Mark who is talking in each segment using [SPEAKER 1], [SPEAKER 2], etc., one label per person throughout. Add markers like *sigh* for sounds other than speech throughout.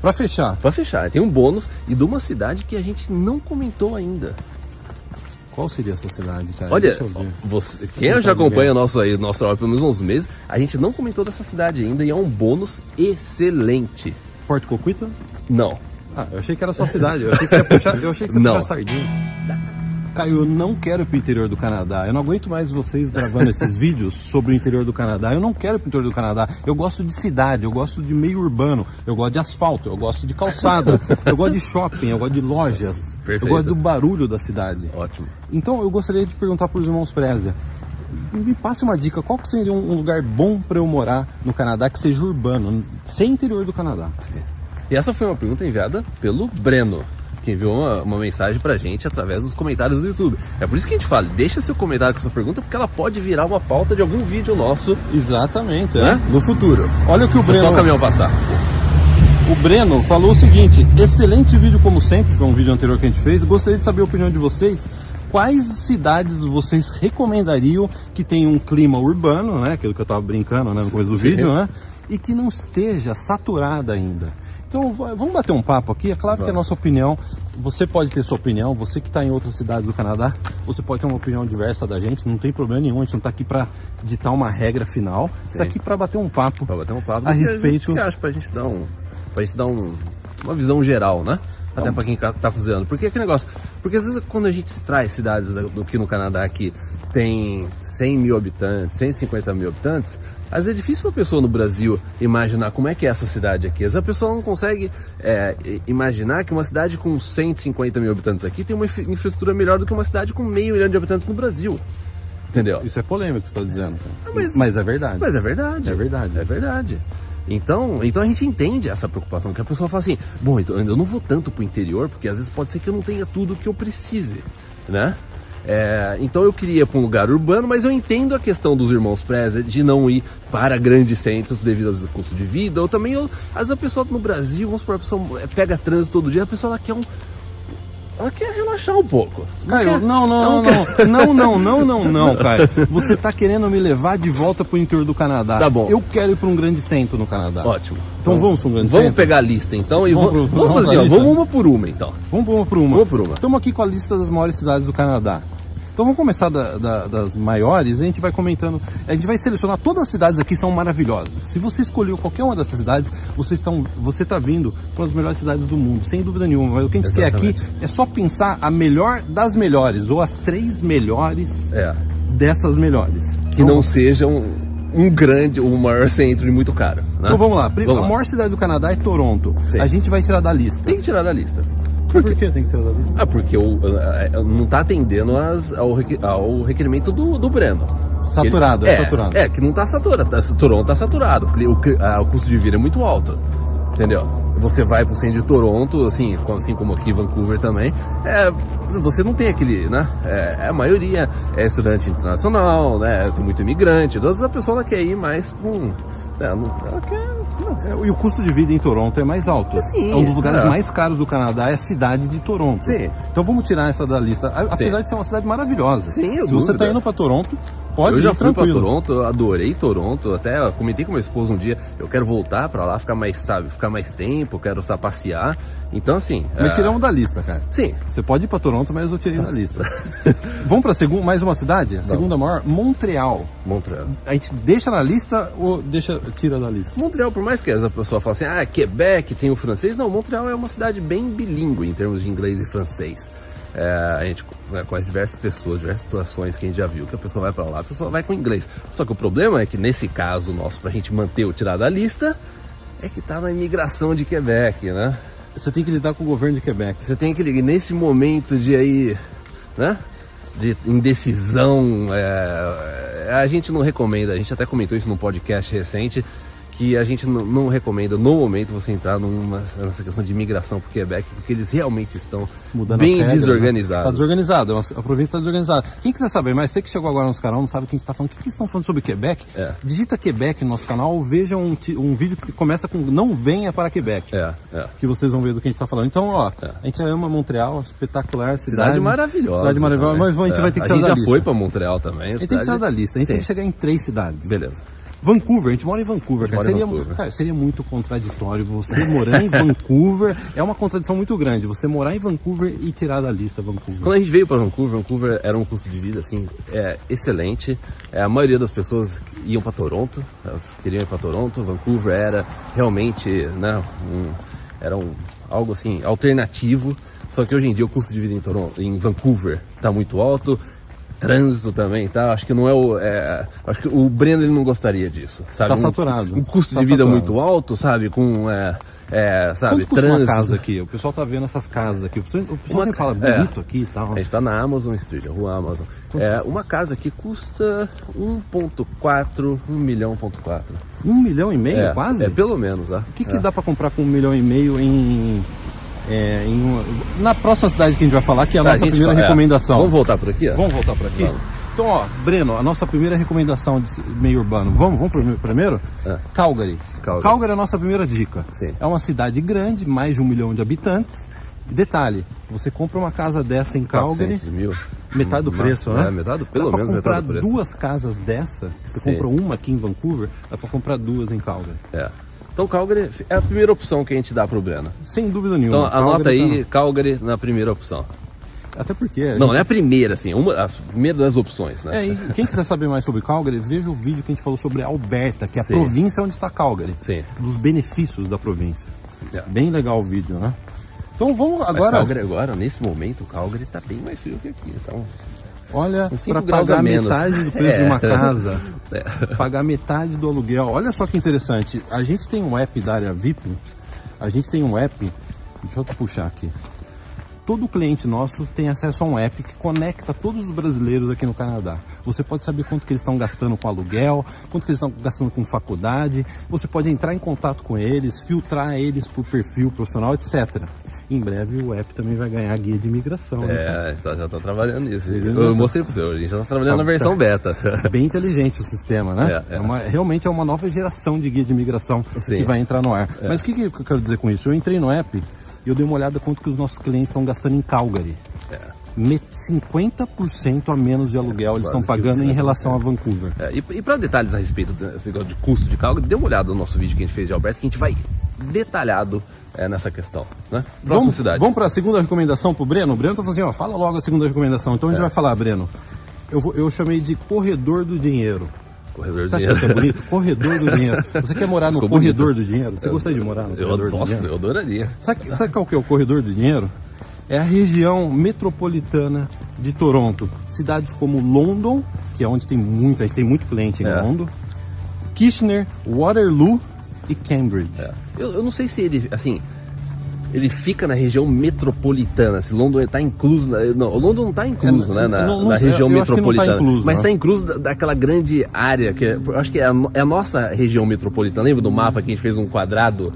[SPEAKER 1] Pra fechar,
[SPEAKER 2] Pra fechar, tem um bônus e de uma cidade que a gente não comentou ainda.
[SPEAKER 1] qual seria essa cidade, cara?
[SPEAKER 2] Olha,
[SPEAKER 1] Deixa eu ver.
[SPEAKER 2] você, quem já acompanha nosso, aí, nosso trabalho pelo menos há uns meses, a gente não comentou dessa cidade ainda e é um bônus excelente.
[SPEAKER 1] Porto Cocuita?
[SPEAKER 2] Não.
[SPEAKER 1] Ah, eu achei que era só cidade. Eu achei que você ia puxar, eu achei que você ia
[SPEAKER 2] Não.
[SPEAKER 1] puxar sardinha. Caio, eu não quero ir pro interior do Canadá. Eu não aguento mais vocês gravando esses vídeos sobre o interior do Canadá. Eu não quero ir pro interior do Canadá. Eu gosto de cidade, eu gosto de meio urbano, eu gosto de asfalto, eu gosto de calçada, eu gosto de shopping, eu gosto de lojas.
[SPEAKER 2] Perfeito.
[SPEAKER 1] Eu gosto do barulho da cidade.
[SPEAKER 2] Ótimo.
[SPEAKER 1] Então eu gostaria de perguntar para os irmãos Prezia. Me passe uma dica, qual que seria um um lugar bom para eu morar no Canadá que seja urbano, sem interior do Canadá?
[SPEAKER 2] E essa foi uma pergunta enviada pelo Breno, que enviou uma, uma mensagem pra gente através dos comentários do YouTube. É por isso que a gente fala, deixa seu comentário com essa pergunta, porque ela pode virar uma pauta de algum vídeo nosso
[SPEAKER 1] Exatamente,
[SPEAKER 2] né,
[SPEAKER 1] é.
[SPEAKER 2] no futuro.
[SPEAKER 1] Olha o que o
[SPEAKER 2] É só o
[SPEAKER 1] Breno
[SPEAKER 2] caminhão passar.
[SPEAKER 1] O Breno falou o seguinte: excelente vídeo, como sempre. Foi um vídeo anterior que a gente fez. Gostaria de saber a opinião de vocês. Quais cidades vocês recomendariam que tenham um clima urbano, né? Aquilo que eu tava brincando né, no começo do
[SPEAKER 2] Sim.
[SPEAKER 1] vídeo, né? E que não esteja saturada ainda. Então v- vamos bater um papo aqui. É claro que a nossa opinião, você pode ter sua opinião, você que está em outras cidades do Canadá, você pode ter uma opinião diversa da gente, não tem problema nenhum, a gente não está aqui para ditar uma regra final,
[SPEAKER 2] Sim.
[SPEAKER 1] está aqui para bater um papo.
[SPEAKER 2] Pra bater um papo.
[SPEAKER 1] A
[SPEAKER 2] do que
[SPEAKER 1] respeito-
[SPEAKER 2] O que acha pra gente dar um. Pra gente dar um, uma visão geral, né? Até pra quem ca- tá cozinhando. Porque aquele negócio. Porque às vezes quando a gente se traz cidades da- do que no Canadá que tem 100 mil habitantes, 150 mil habitantes, às vezes é difícil pra pessoa no Brasil imaginar como é que é essa cidade aqui. Às vezes a pessoa não consegue é, i- imaginar que uma cidade com 150 mil habitantes aqui tem uma infra- infraestrutura melhor do que uma cidade com meio milhão de habitantes no Brasil. Entendeu?
[SPEAKER 1] Isso é polêmico, você está dizendo. cara.
[SPEAKER 2] Ah, mas-
[SPEAKER 1] é verdade.
[SPEAKER 2] Mas é verdade.
[SPEAKER 1] É verdade.
[SPEAKER 2] É verdade. Então, então a gente entende essa preocupação, que a pessoa fala assim, bom, então eu não vou tanto pro interior, porque às vezes pode ser que eu não tenha tudo que eu precise, né? É, então eu queria ir para um lugar urbano, mas eu entendo a questão dos irmãos Preza de não ir para grandes centros devido ao custo de vida, ou também, eu, às vezes a pessoa no Brasil, vamos supor, a pessoa eh, pega trânsito todo dia, a pessoa ela quer um... Ela quer relaxar um pouco.
[SPEAKER 1] Caio,
[SPEAKER 2] quer-
[SPEAKER 1] não,
[SPEAKER 2] Então,
[SPEAKER 1] não, não, não, não, não, não, não, Caio. Você tá querendo me levar de volta pro interior do Canadá.
[SPEAKER 2] Tá bom.
[SPEAKER 1] Eu quero ir pra um grande centro no Canadá.
[SPEAKER 2] Ótimo.
[SPEAKER 1] Então vamos pra um grande
[SPEAKER 2] Vamos
[SPEAKER 1] centro?
[SPEAKER 2] pegar a lista então e
[SPEAKER 1] Vamos
[SPEAKER 2] vamos,
[SPEAKER 1] pro-
[SPEAKER 2] vamos
[SPEAKER 1] vamos
[SPEAKER 2] fazer,
[SPEAKER 1] pra
[SPEAKER 2] ó,
[SPEAKER 1] lista?
[SPEAKER 2] vamos uma por uma então.
[SPEAKER 1] Vamos por uma por uma.
[SPEAKER 2] Vamos por uma.
[SPEAKER 1] Estamos aqui com a lista das maiores cidades do Canadá. Então vamos começar da- da- das maiores, a gente vai comentando, a gente vai selecionar todas as cidades aqui são maravilhosas. Se você escolheu qualquer uma dessas cidades, você está você tá vindo para as melhores cidades do mundo, sem dúvida nenhuma. Mas o que a gente quer
[SPEAKER 2] Exatamente.
[SPEAKER 1] aqui é só pensar a melhor das melhores ou as três melhores
[SPEAKER 2] É.
[SPEAKER 1] dessas melhores. Então,
[SPEAKER 2] Que não né? seja um, um grande, um maior centro e muito caro. né?
[SPEAKER 1] Então vamos lá. Pri-
[SPEAKER 2] Vamos
[SPEAKER 1] a
[SPEAKER 2] lá.
[SPEAKER 1] maior cidade do Canadá é Toronto.
[SPEAKER 2] Sim.
[SPEAKER 1] A gente vai tirar da lista.
[SPEAKER 2] Tem que tirar da lista.
[SPEAKER 1] Por, que tem que tirar da lista?
[SPEAKER 2] Ah, porque o, ah, ah, não tá atendendo às- ao, requi- ao requerimento do, do Breno.
[SPEAKER 1] Saturado,
[SPEAKER 2] Ele-
[SPEAKER 1] é saturado.
[SPEAKER 2] É, que não tá saturado. Tá, Toronto tá saturado. o cli- O, cli- ah, o custo de vida é muito alto. Entendeu? Você vai pro centro de Toronto, assim, co- assim como aqui Vancouver também, é, você não tem aquele, né? É, a maioria é estudante internacional, né? Tem muito imigrante. Às vezes a pessoa ela quer ir mais pra um. né, não- Ela quer.
[SPEAKER 1] É, E o custo de vida em Toronto é mais alto.
[SPEAKER 2] Sim,
[SPEAKER 1] é um dos lugares
[SPEAKER 2] é.
[SPEAKER 1] mais caros do Canadá, é a cidade de Toronto.
[SPEAKER 2] Sim.
[SPEAKER 1] Então vamos tirar essa da lista. A- Apesar de ser uma cidade maravilhosa.
[SPEAKER 2] Sim,
[SPEAKER 1] Se
[SPEAKER 2] eu
[SPEAKER 1] você
[SPEAKER 2] dúvida.
[SPEAKER 1] está indo para Toronto, pode
[SPEAKER 2] eu
[SPEAKER 1] ir
[SPEAKER 2] já fui pra
[SPEAKER 1] tranquilo.
[SPEAKER 2] Toronto, eu adorei Toronto. Até eu comentei com meu esposo um dia, eu quero voltar pra lá, ficar mais, sabe, ficar mais tempo, quero só passear. Então, assim. é,
[SPEAKER 1] Mas tiramos da lista, cara.
[SPEAKER 2] Sim.
[SPEAKER 1] Você pode ir para Toronto, mas eu tirei da
[SPEAKER 2] *laughs*
[SPEAKER 1] lista. vamos para segunda, mais uma cidade? A segunda maior, Montreal.
[SPEAKER 2] Montreal.
[SPEAKER 1] A gente deixa na lista ou deixa tira da lista?
[SPEAKER 2] Montreal, por mais que essa pessoa fale assim, ah, Quebec tem o francês, não, Montreal é uma cidade bem bilíngue em termos de inglês e francês. É, a gente né, com as diversas pessoas, diversas situações que a gente já viu, que a pessoa vai pra lá, a pessoa vai com inglês. Só que o problema é que nesse caso nosso, pra gente manter o tirar da lista, é que tá na imigração de Quebec, né?
[SPEAKER 1] Você tem que lidar com o governo de Quebec.
[SPEAKER 2] Você tem que ligar nesse momento de aí, né? De indecisão. é, a gente não recomenda, a gente até comentou isso num podcast recente, que a gente não, não recomenda no momento você entrar numa, nessa questão de imigração pro Quebec, porque eles realmente estão
[SPEAKER 1] mudando as
[SPEAKER 2] bem
[SPEAKER 1] regras, né? Tá
[SPEAKER 2] desorganizados.
[SPEAKER 1] desorganizado, é uma- a província está desorganizada. Quem quiser saber mais, você que chegou agora no nosso canal, não sabe quem está falando, o que, que estão falando sobre Quebec,
[SPEAKER 2] É.
[SPEAKER 1] digita Quebec no nosso canal, veja um, ti- um vídeo que começa com Não Venha para Quebec.
[SPEAKER 2] É, é.
[SPEAKER 1] Que vocês vão ver do que a gente está falando. Então, ó, a gente ama Montreal, espetacular, cidade.
[SPEAKER 2] Cidade maravilhosa.
[SPEAKER 1] Cidade maravilhosa,
[SPEAKER 2] também.
[SPEAKER 1] mas a gente
[SPEAKER 2] É,
[SPEAKER 1] vai ter que
[SPEAKER 2] A
[SPEAKER 1] tirar
[SPEAKER 2] gente
[SPEAKER 1] da
[SPEAKER 2] já
[SPEAKER 1] lista.
[SPEAKER 2] foi pra Montreal também.
[SPEAKER 1] A gente tem que tirar da lista, a gente tem que
[SPEAKER 2] Sim.
[SPEAKER 1] chegar em três cidades.
[SPEAKER 2] Beleza.
[SPEAKER 1] Vancouver, a gente mora em Vancouver, cara.
[SPEAKER 2] mora em
[SPEAKER 1] Seria,
[SPEAKER 2] Vancouver.
[SPEAKER 1] cara, seria muito contraditório você morar em *laughs* Vancouver. É uma contradição muito grande. Você morar em Vancouver e tirar da lista Vancouver.
[SPEAKER 2] Uhum. Quando a gente veio para Vancouver, Vancouver era um custo de vida assim é, excelente. É, a maioria das pessoas que iam para Toronto, elas queriam ir para Toronto. Vancouver era realmente, né, um- era um, algo assim alternativo. Só que hoje em dia o custo de vida em Toronto, em Vancouver, tá muito alto. Trânsito também, tá? Acho que não é o. é, acho que o Breno ele não gostaria disso, sabe?
[SPEAKER 1] Tá
[SPEAKER 2] Um-
[SPEAKER 1] saturado.
[SPEAKER 2] Um, custo
[SPEAKER 1] Tá
[SPEAKER 2] de vida
[SPEAKER 1] saturado.
[SPEAKER 2] muito alto, sabe? Com, é, é, sabe?
[SPEAKER 1] Quanto custa uma
[SPEAKER 2] trânsito.
[SPEAKER 1] casa aqui? O pessoal tá vendo essas casas aqui. O pessoal, o pessoal
[SPEAKER 2] Uma
[SPEAKER 1] sempre fala
[SPEAKER 2] ca- é.
[SPEAKER 1] bonito aqui e tal.
[SPEAKER 2] A gente tá na Amazon Street, a rua Amazon. É, uma casa que custa 1.4, 1 milhão, 1.4.
[SPEAKER 1] Um milhão e meio, quase?
[SPEAKER 2] É, pelo menos, tá?
[SPEAKER 1] O que, que dá pra comprar com um milhão e meio em. é, em uma- na próxima cidade que a gente vai falar, que é a nossa primeira recomendação.
[SPEAKER 2] Vamos voltar por aqui, ó.
[SPEAKER 1] Vamos voltar por aqui? Então, ó, Breno, a nossa primeira recomendação de meio urbano. Vamos, vamos pro primeiro?
[SPEAKER 2] É.
[SPEAKER 1] Calgary.
[SPEAKER 2] Calgary.
[SPEAKER 1] é a nossa primeira dica.
[SPEAKER 2] Sim.
[SPEAKER 1] É uma cidade grande, mais de um milhão de habitantes. E detalhe, você compra uma casa dessa em Calgary,
[SPEAKER 2] 400 mil.
[SPEAKER 1] metade do
[SPEAKER 2] Nossa,
[SPEAKER 1] preço, né?
[SPEAKER 2] É, metade, do- pelo
[SPEAKER 1] Dá pra
[SPEAKER 2] menos metade do
[SPEAKER 1] comprar
[SPEAKER 2] preço.
[SPEAKER 1] duas casas dessa, que você
[SPEAKER 2] Sim.
[SPEAKER 1] compra uma aqui em Vancouver, dá pra comprar duas em Calgary.
[SPEAKER 2] É. Então, Calgary é a primeira opção que a gente dá pro Breno.
[SPEAKER 1] Sem dúvida nenhuma.
[SPEAKER 2] Então, anota
[SPEAKER 1] Calgary tá
[SPEAKER 2] aí Calgary na primeira opção.
[SPEAKER 1] na- Até porque... a
[SPEAKER 2] Não, não é a primeira, assim, uma, a primeira das opções, né?
[SPEAKER 1] É, e quem quiser saber mais sobre Calgary, veja o vídeo que a gente falou sobre Alberta, que é a
[SPEAKER 2] Sim.
[SPEAKER 1] província onde está Calgary.
[SPEAKER 2] Sim.
[SPEAKER 1] Dos benefícios da província.
[SPEAKER 2] É.
[SPEAKER 1] Bem legal o vídeo, né? Então vamos
[SPEAKER 2] Mas
[SPEAKER 1] agora.
[SPEAKER 2] Calgary agora, nesse momento, Calgary tá bem mais frio que aqui. Então,
[SPEAKER 1] Olha,
[SPEAKER 2] uns cinco
[SPEAKER 1] para
[SPEAKER 2] graus a
[SPEAKER 1] pagar
[SPEAKER 2] menos.
[SPEAKER 1] metade do
[SPEAKER 2] *laughs*
[SPEAKER 1] preço de uma
[SPEAKER 2] É.
[SPEAKER 1] casa, pagar metade do aluguel. Olha só que interessante. A gente tem um app da área VIP. A gente tem um app. Deixa eu puxar aqui. Todo cliente nosso tem acesso a um app que conecta todos os brasileiros aqui no Canadá. Você pode saber quanto que eles estão gastando com aluguel, quanto que eles estão gastando com faculdade. Você pode entrar em contato com eles, filtrar eles por perfil profissional, etc. Em breve o app também vai ganhar guia de imigração. né, cara?
[SPEAKER 2] É, então já tá trabalhando nisso. gente.
[SPEAKER 1] Beleza. Ah,
[SPEAKER 2] Eu mostrei pro senhor, a gente já tá trabalhando na
[SPEAKER 1] *laughs*
[SPEAKER 2] versão beta.
[SPEAKER 1] bem inteligente o sistema, né?
[SPEAKER 2] É, é.
[SPEAKER 1] uma- realmente é uma nova geração de guia de imigração
[SPEAKER 2] Sim. É.
[SPEAKER 1] que vai entrar no ar. Mas o que, que eu quero dizer com isso? Eu entrei no app e eu dei uma olhada quanto que os nossos clientes estão gastando em Calgary.
[SPEAKER 2] É.
[SPEAKER 1] Me- 50% a menos de aluguel eles estão
[SPEAKER 2] quase que
[SPEAKER 1] pagando em
[SPEAKER 2] 50%.
[SPEAKER 1] relação a Vancouver.
[SPEAKER 2] É, e e para detalhes a respeito desse negócio de custo de cálculo, dê uma olhada no nosso vídeo que a gente fez de Alberto, que a gente vai detalhado é, nessa questão. Né? Próxima
[SPEAKER 1] vamos,
[SPEAKER 2] cidade.
[SPEAKER 1] Vamos para a segunda recomendação pro Breno? O Breno tá falando assim, ó, fala logo a segunda recomendação. Então a
[SPEAKER 2] É.
[SPEAKER 1] gente vai falar, Breno. Eu, vou- eu chamei de corredor do dinheiro.
[SPEAKER 2] Corredor do *laughs*
[SPEAKER 1] Você acha que
[SPEAKER 2] dinheiro.
[SPEAKER 1] é bonito? Corredor do dinheiro. Você quer morar no
[SPEAKER 2] Ficou
[SPEAKER 1] corredor
[SPEAKER 2] bonito.
[SPEAKER 1] do dinheiro? Você gostaria de morar no
[SPEAKER 2] Eu,
[SPEAKER 1] corredor do dinheiro?
[SPEAKER 2] nossa, eu adoraria.
[SPEAKER 1] Sabe, sabe qual que é o corredor do dinheiro? É a região metropolitana de Toronto. Cidades como London, que é onde tem muito, a gente tem muito cliente em
[SPEAKER 2] É.
[SPEAKER 1] London, Kitchener, Waterloo e Cambridge.
[SPEAKER 2] É. Eu, eu não sei se ele, assim, ele fica na região metropolitana, se London está incluso. Na, não, o London não está incluso,
[SPEAKER 1] É,
[SPEAKER 2] né? Na,
[SPEAKER 1] não- não
[SPEAKER 2] na
[SPEAKER 1] sei,
[SPEAKER 2] região
[SPEAKER 1] eu acho que não tá
[SPEAKER 2] metropolitana.
[SPEAKER 1] incluso,
[SPEAKER 2] mas
[SPEAKER 1] né?
[SPEAKER 2] está incluso da- daquela grande área, que é, eu acho que é a, no- é a nossa região metropolitana. Lembra do mapa que a gente fez um quadrado?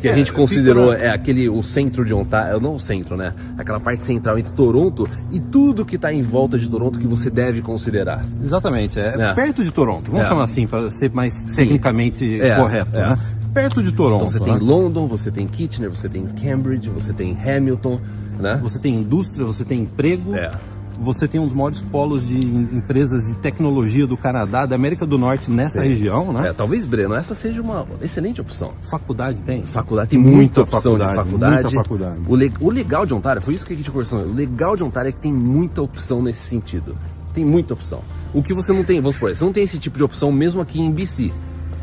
[SPEAKER 2] Que a
[SPEAKER 1] É,
[SPEAKER 2] gente
[SPEAKER 1] fica
[SPEAKER 2] considerou
[SPEAKER 1] na-
[SPEAKER 2] é aquele o centro de Ontário, não o centro, né? Aquela parte central entre Toronto e tudo que está em volta de Toronto que você deve considerar. Então,
[SPEAKER 1] Exatamente, é,
[SPEAKER 2] É.
[SPEAKER 1] perto de Toronto. Vamos
[SPEAKER 2] É.
[SPEAKER 1] chamar assim para ser mais tecnicamente
[SPEAKER 2] É,
[SPEAKER 1] correto,
[SPEAKER 2] é.
[SPEAKER 1] né? Perto de Toronto.
[SPEAKER 2] Então você
[SPEAKER 1] né?
[SPEAKER 2] tem London, você tem Kitchener, você tem Cambridge, você tem Hamilton, né?
[SPEAKER 1] Você tem indústria, você tem emprego.
[SPEAKER 2] É.
[SPEAKER 1] Você tem um dos maiores polos de em- empresas de tecnologia do Canadá, da América do Norte nessa região, né?
[SPEAKER 2] É, talvez, Breno, essa seja uma excelente opção.
[SPEAKER 1] Faculdade tem?
[SPEAKER 2] Faculdade tem
[SPEAKER 1] Muita
[SPEAKER 2] muita, opção de
[SPEAKER 1] faculdade,
[SPEAKER 2] faculdade.
[SPEAKER 1] muita faculdade.
[SPEAKER 2] O, le- o legal de Ontário, foi isso que a gente conversou, o legal de Ontário é que tem muita opção nesse sentido. Tem muita opção. O que você não tem, vamos supor, você não tem esse tipo de opção mesmo aqui em BC.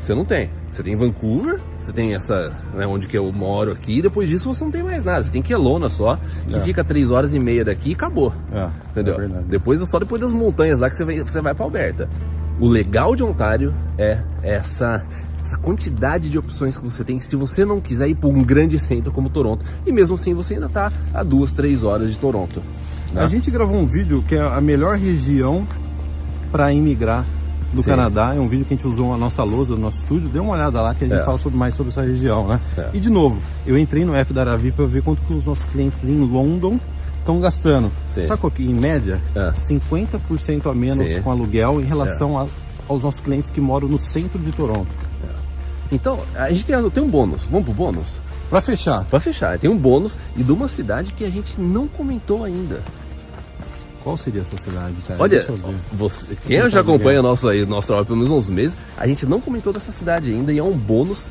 [SPEAKER 2] Você não tem. Você tem Vancouver, você tem essa, né, onde que eu moro aqui, e depois disso você não tem mais nada. Você tem Kelowna só, que fica três horas e meia daqui e acabou.
[SPEAKER 1] É, é
[SPEAKER 2] Entendeu?
[SPEAKER 1] verdade.
[SPEAKER 2] Depois é só depois das montanhas lá que você vai, você vai para Alberta. O legal de Ontário é essa essa quantidade de opções que você tem se você não quiser ir para um grande centro como Toronto. E mesmo assim você ainda tá a duas, três horas de Toronto. né?
[SPEAKER 1] A gente gravou um vídeo que é a melhor região para imigrar do
[SPEAKER 2] Sim.
[SPEAKER 1] Canadá. É um vídeo que a gente usou a nossa lousa do nosso estúdio. Dê uma olhada lá que a gente
[SPEAKER 2] É.
[SPEAKER 1] fala sobre, mais sobre essa região, né?
[SPEAKER 2] É.
[SPEAKER 1] E de novo, eu entrei no app da Aravi para ver quanto que os nossos clientes em London estão gastando.
[SPEAKER 2] Sim.
[SPEAKER 1] Sabe qual que em média?
[SPEAKER 2] É.
[SPEAKER 1] 50% a menos
[SPEAKER 2] Sim. É.
[SPEAKER 1] com aluguel em relação a- aos nossos clientes que moram no centro de Toronto.
[SPEAKER 2] Então, a gente tem, tem um bônus. Vamos pro bônus?
[SPEAKER 1] Para fechar,
[SPEAKER 2] Pra fechar, tem um bônus e de uma cidade que a gente não comentou ainda.
[SPEAKER 1] Qual seria essa cidade, cara?
[SPEAKER 2] Olha,
[SPEAKER 1] Deixa eu ver.
[SPEAKER 2] você, quem já acompanha nosso, aí, nosso trabalho pelo menos uns meses, a gente não comentou dessa cidade ainda e é um bônus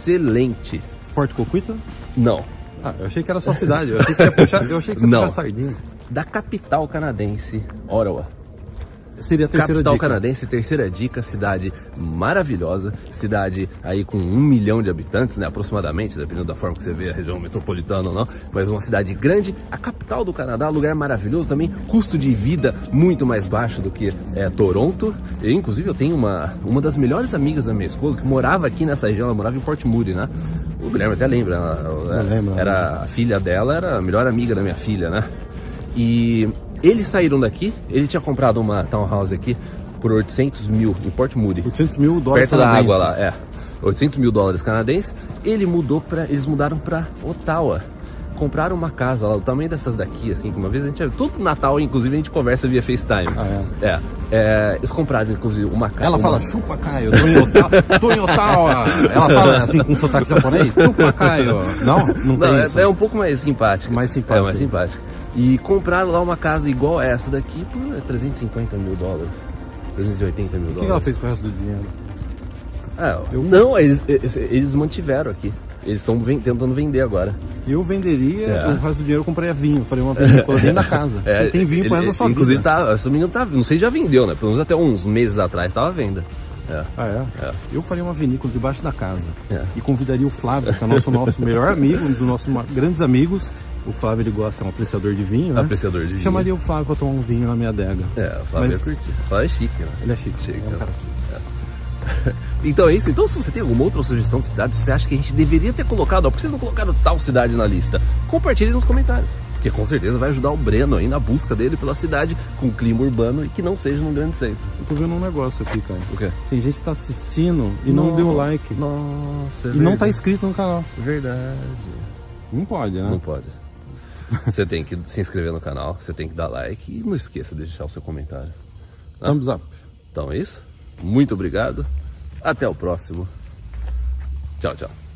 [SPEAKER 2] excelente.
[SPEAKER 1] Porto Cocuita?
[SPEAKER 2] Não,
[SPEAKER 1] Ah, eu achei que
[SPEAKER 2] *laughs*
[SPEAKER 1] era só cidade. Eu achei que você ia puxar, eu achei que você ia
[SPEAKER 2] Não.
[SPEAKER 1] puxar sardinha.
[SPEAKER 2] da capital canadense, Ottawa.
[SPEAKER 1] Seria a terceira
[SPEAKER 2] capital
[SPEAKER 1] dica.
[SPEAKER 2] canadense, terceira dica, cidade maravilhosa, cidade aí com um milhão de habitantes, né, aproximadamente, dependendo da forma que você vê a região metropolitana ou não, mas uma cidade grande, a capital do Canadá, lugar maravilhoso também, custo de vida muito mais baixo do que é, Toronto. E, inclusive eu tenho uma, uma das melhores amigas da minha esposa que morava aqui nessa região, ela morava em Port Moody, né? O Guilherme até lembra, né?
[SPEAKER 1] Eu
[SPEAKER 2] ela,
[SPEAKER 1] lembro,
[SPEAKER 2] era a filha dela era a melhor amiga da minha filha, né? E eles saíram daqui, ele tinha comprado uma townhouse aqui por 800 mil em Port Moody.
[SPEAKER 1] 800 mil dólares
[SPEAKER 2] Perto da água lá,
[SPEAKER 1] canadenses.
[SPEAKER 2] é. 800 mil dólares canadenses. Ele mudou para, eles mudaram para Ottawa. Compraram uma casa lá, do tamanho dessas daqui, assim, que uma vez a gente. Todo Natal, inclusive, a gente conversa via FaceTime. é. É, Eles compraram, inclusive, uma casa.
[SPEAKER 1] Ah, Ela fala, chupa, Caio, tô em Ottawa. tô em Ottawa. Ela fala assim com sotaque japonês, chupa, Caio. Não, não tem
[SPEAKER 2] Não, é,
[SPEAKER 1] isso.
[SPEAKER 2] é um pouco mais simpático.
[SPEAKER 1] Mais simpático.
[SPEAKER 2] É, mais simpático. E compraram lá uma casa igual essa daqui por é, 350 mil dólares. 380 mil
[SPEAKER 1] O que ela
[SPEAKER 2] dólares.
[SPEAKER 1] fez com o resto do dinheiro?
[SPEAKER 2] Ah, Não, eles, eles, eles mantiveram aqui. Eles estão ven- tentando vender agora.
[SPEAKER 1] Eu venderia,
[SPEAKER 2] É.
[SPEAKER 1] o resto do dinheiro eu compraria vinho. Faria uma vinícola dentro da casa.
[SPEAKER 2] *laughs* É,
[SPEAKER 1] Você tem vinho pro resto
[SPEAKER 2] ele-
[SPEAKER 1] da sua
[SPEAKER 2] Inclusive,
[SPEAKER 1] vida.
[SPEAKER 2] tá, esse menino tá. Não sei, já vendeu, né? Pelo menos até uns meses atrás tava à venda. É.
[SPEAKER 1] Ah, é?
[SPEAKER 2] É.
[SPEAKER 1] Eu faria uma vinícola debaixo da casa.
[SPEAKER 2] É.
[SPEAKER 1] E convidaria o Flávio, que é nosso, nosso melhor amigo, um dos nossos ma- grandes amigos. O Flávio, ele gosta, é um apreciador de vinho, né?
[SPEAKER 2] Apreciador de vinho.
[SPEAKER 1] Chamaria o Flávio pra tomar um vinho na minha adega.
[SPEAKER 2] É, o Flávio
[SPEAKER 1] Mas-
[SPEAKER 2] curtiu. O Flávio é chique, né?
[SPEAKER 1] Ele é chique.
[SPEAKER 2] Chique,
[SPEAKER 1] é um
[SPEAKER 2] né?
[SPEAKER 1] cara chique.
[SPEAKER 2] Então é isso. Então, se você tem alguma outra sugestão de cidade, você acha que a gente deveria ter colocado, ó, por que vocês não colocaram tal cidade na lista? Compartilhe nos comentários. Porque com certeza vai ajudar o Breno aí na busca dele pela cidade com clima urbano e que não seja num grande centro.
[SPEAKER 1] Eu tô vendo um negócio aqui, cara.
[SPEAKER 2] O quê?
[SPEAKER 1] Tem gente que tá assistindo e não,
[SPEAKER 2] No-
[SPEAKER 1] deu like.
[SPEAKER 2] Nossa, é
[SPEAKER 1] E não
[SPEAKER 2] verdade.
[SPEAKER 1] tá inscrito no canal.
[SPEAKER 2] Verdade.
[SPEAKER 1] Não pode, né? *laughs*
[SPEAKER 2] Não pode. Você tem que se inscrever no canal, você tem que dar like e não esqueça de deixar o seu comentário.
[SPEAKER 1] Thumbs up.
[SPEAKER 2] Então é isso. Muito obrigado. Até o próximo. Tchau, tchau.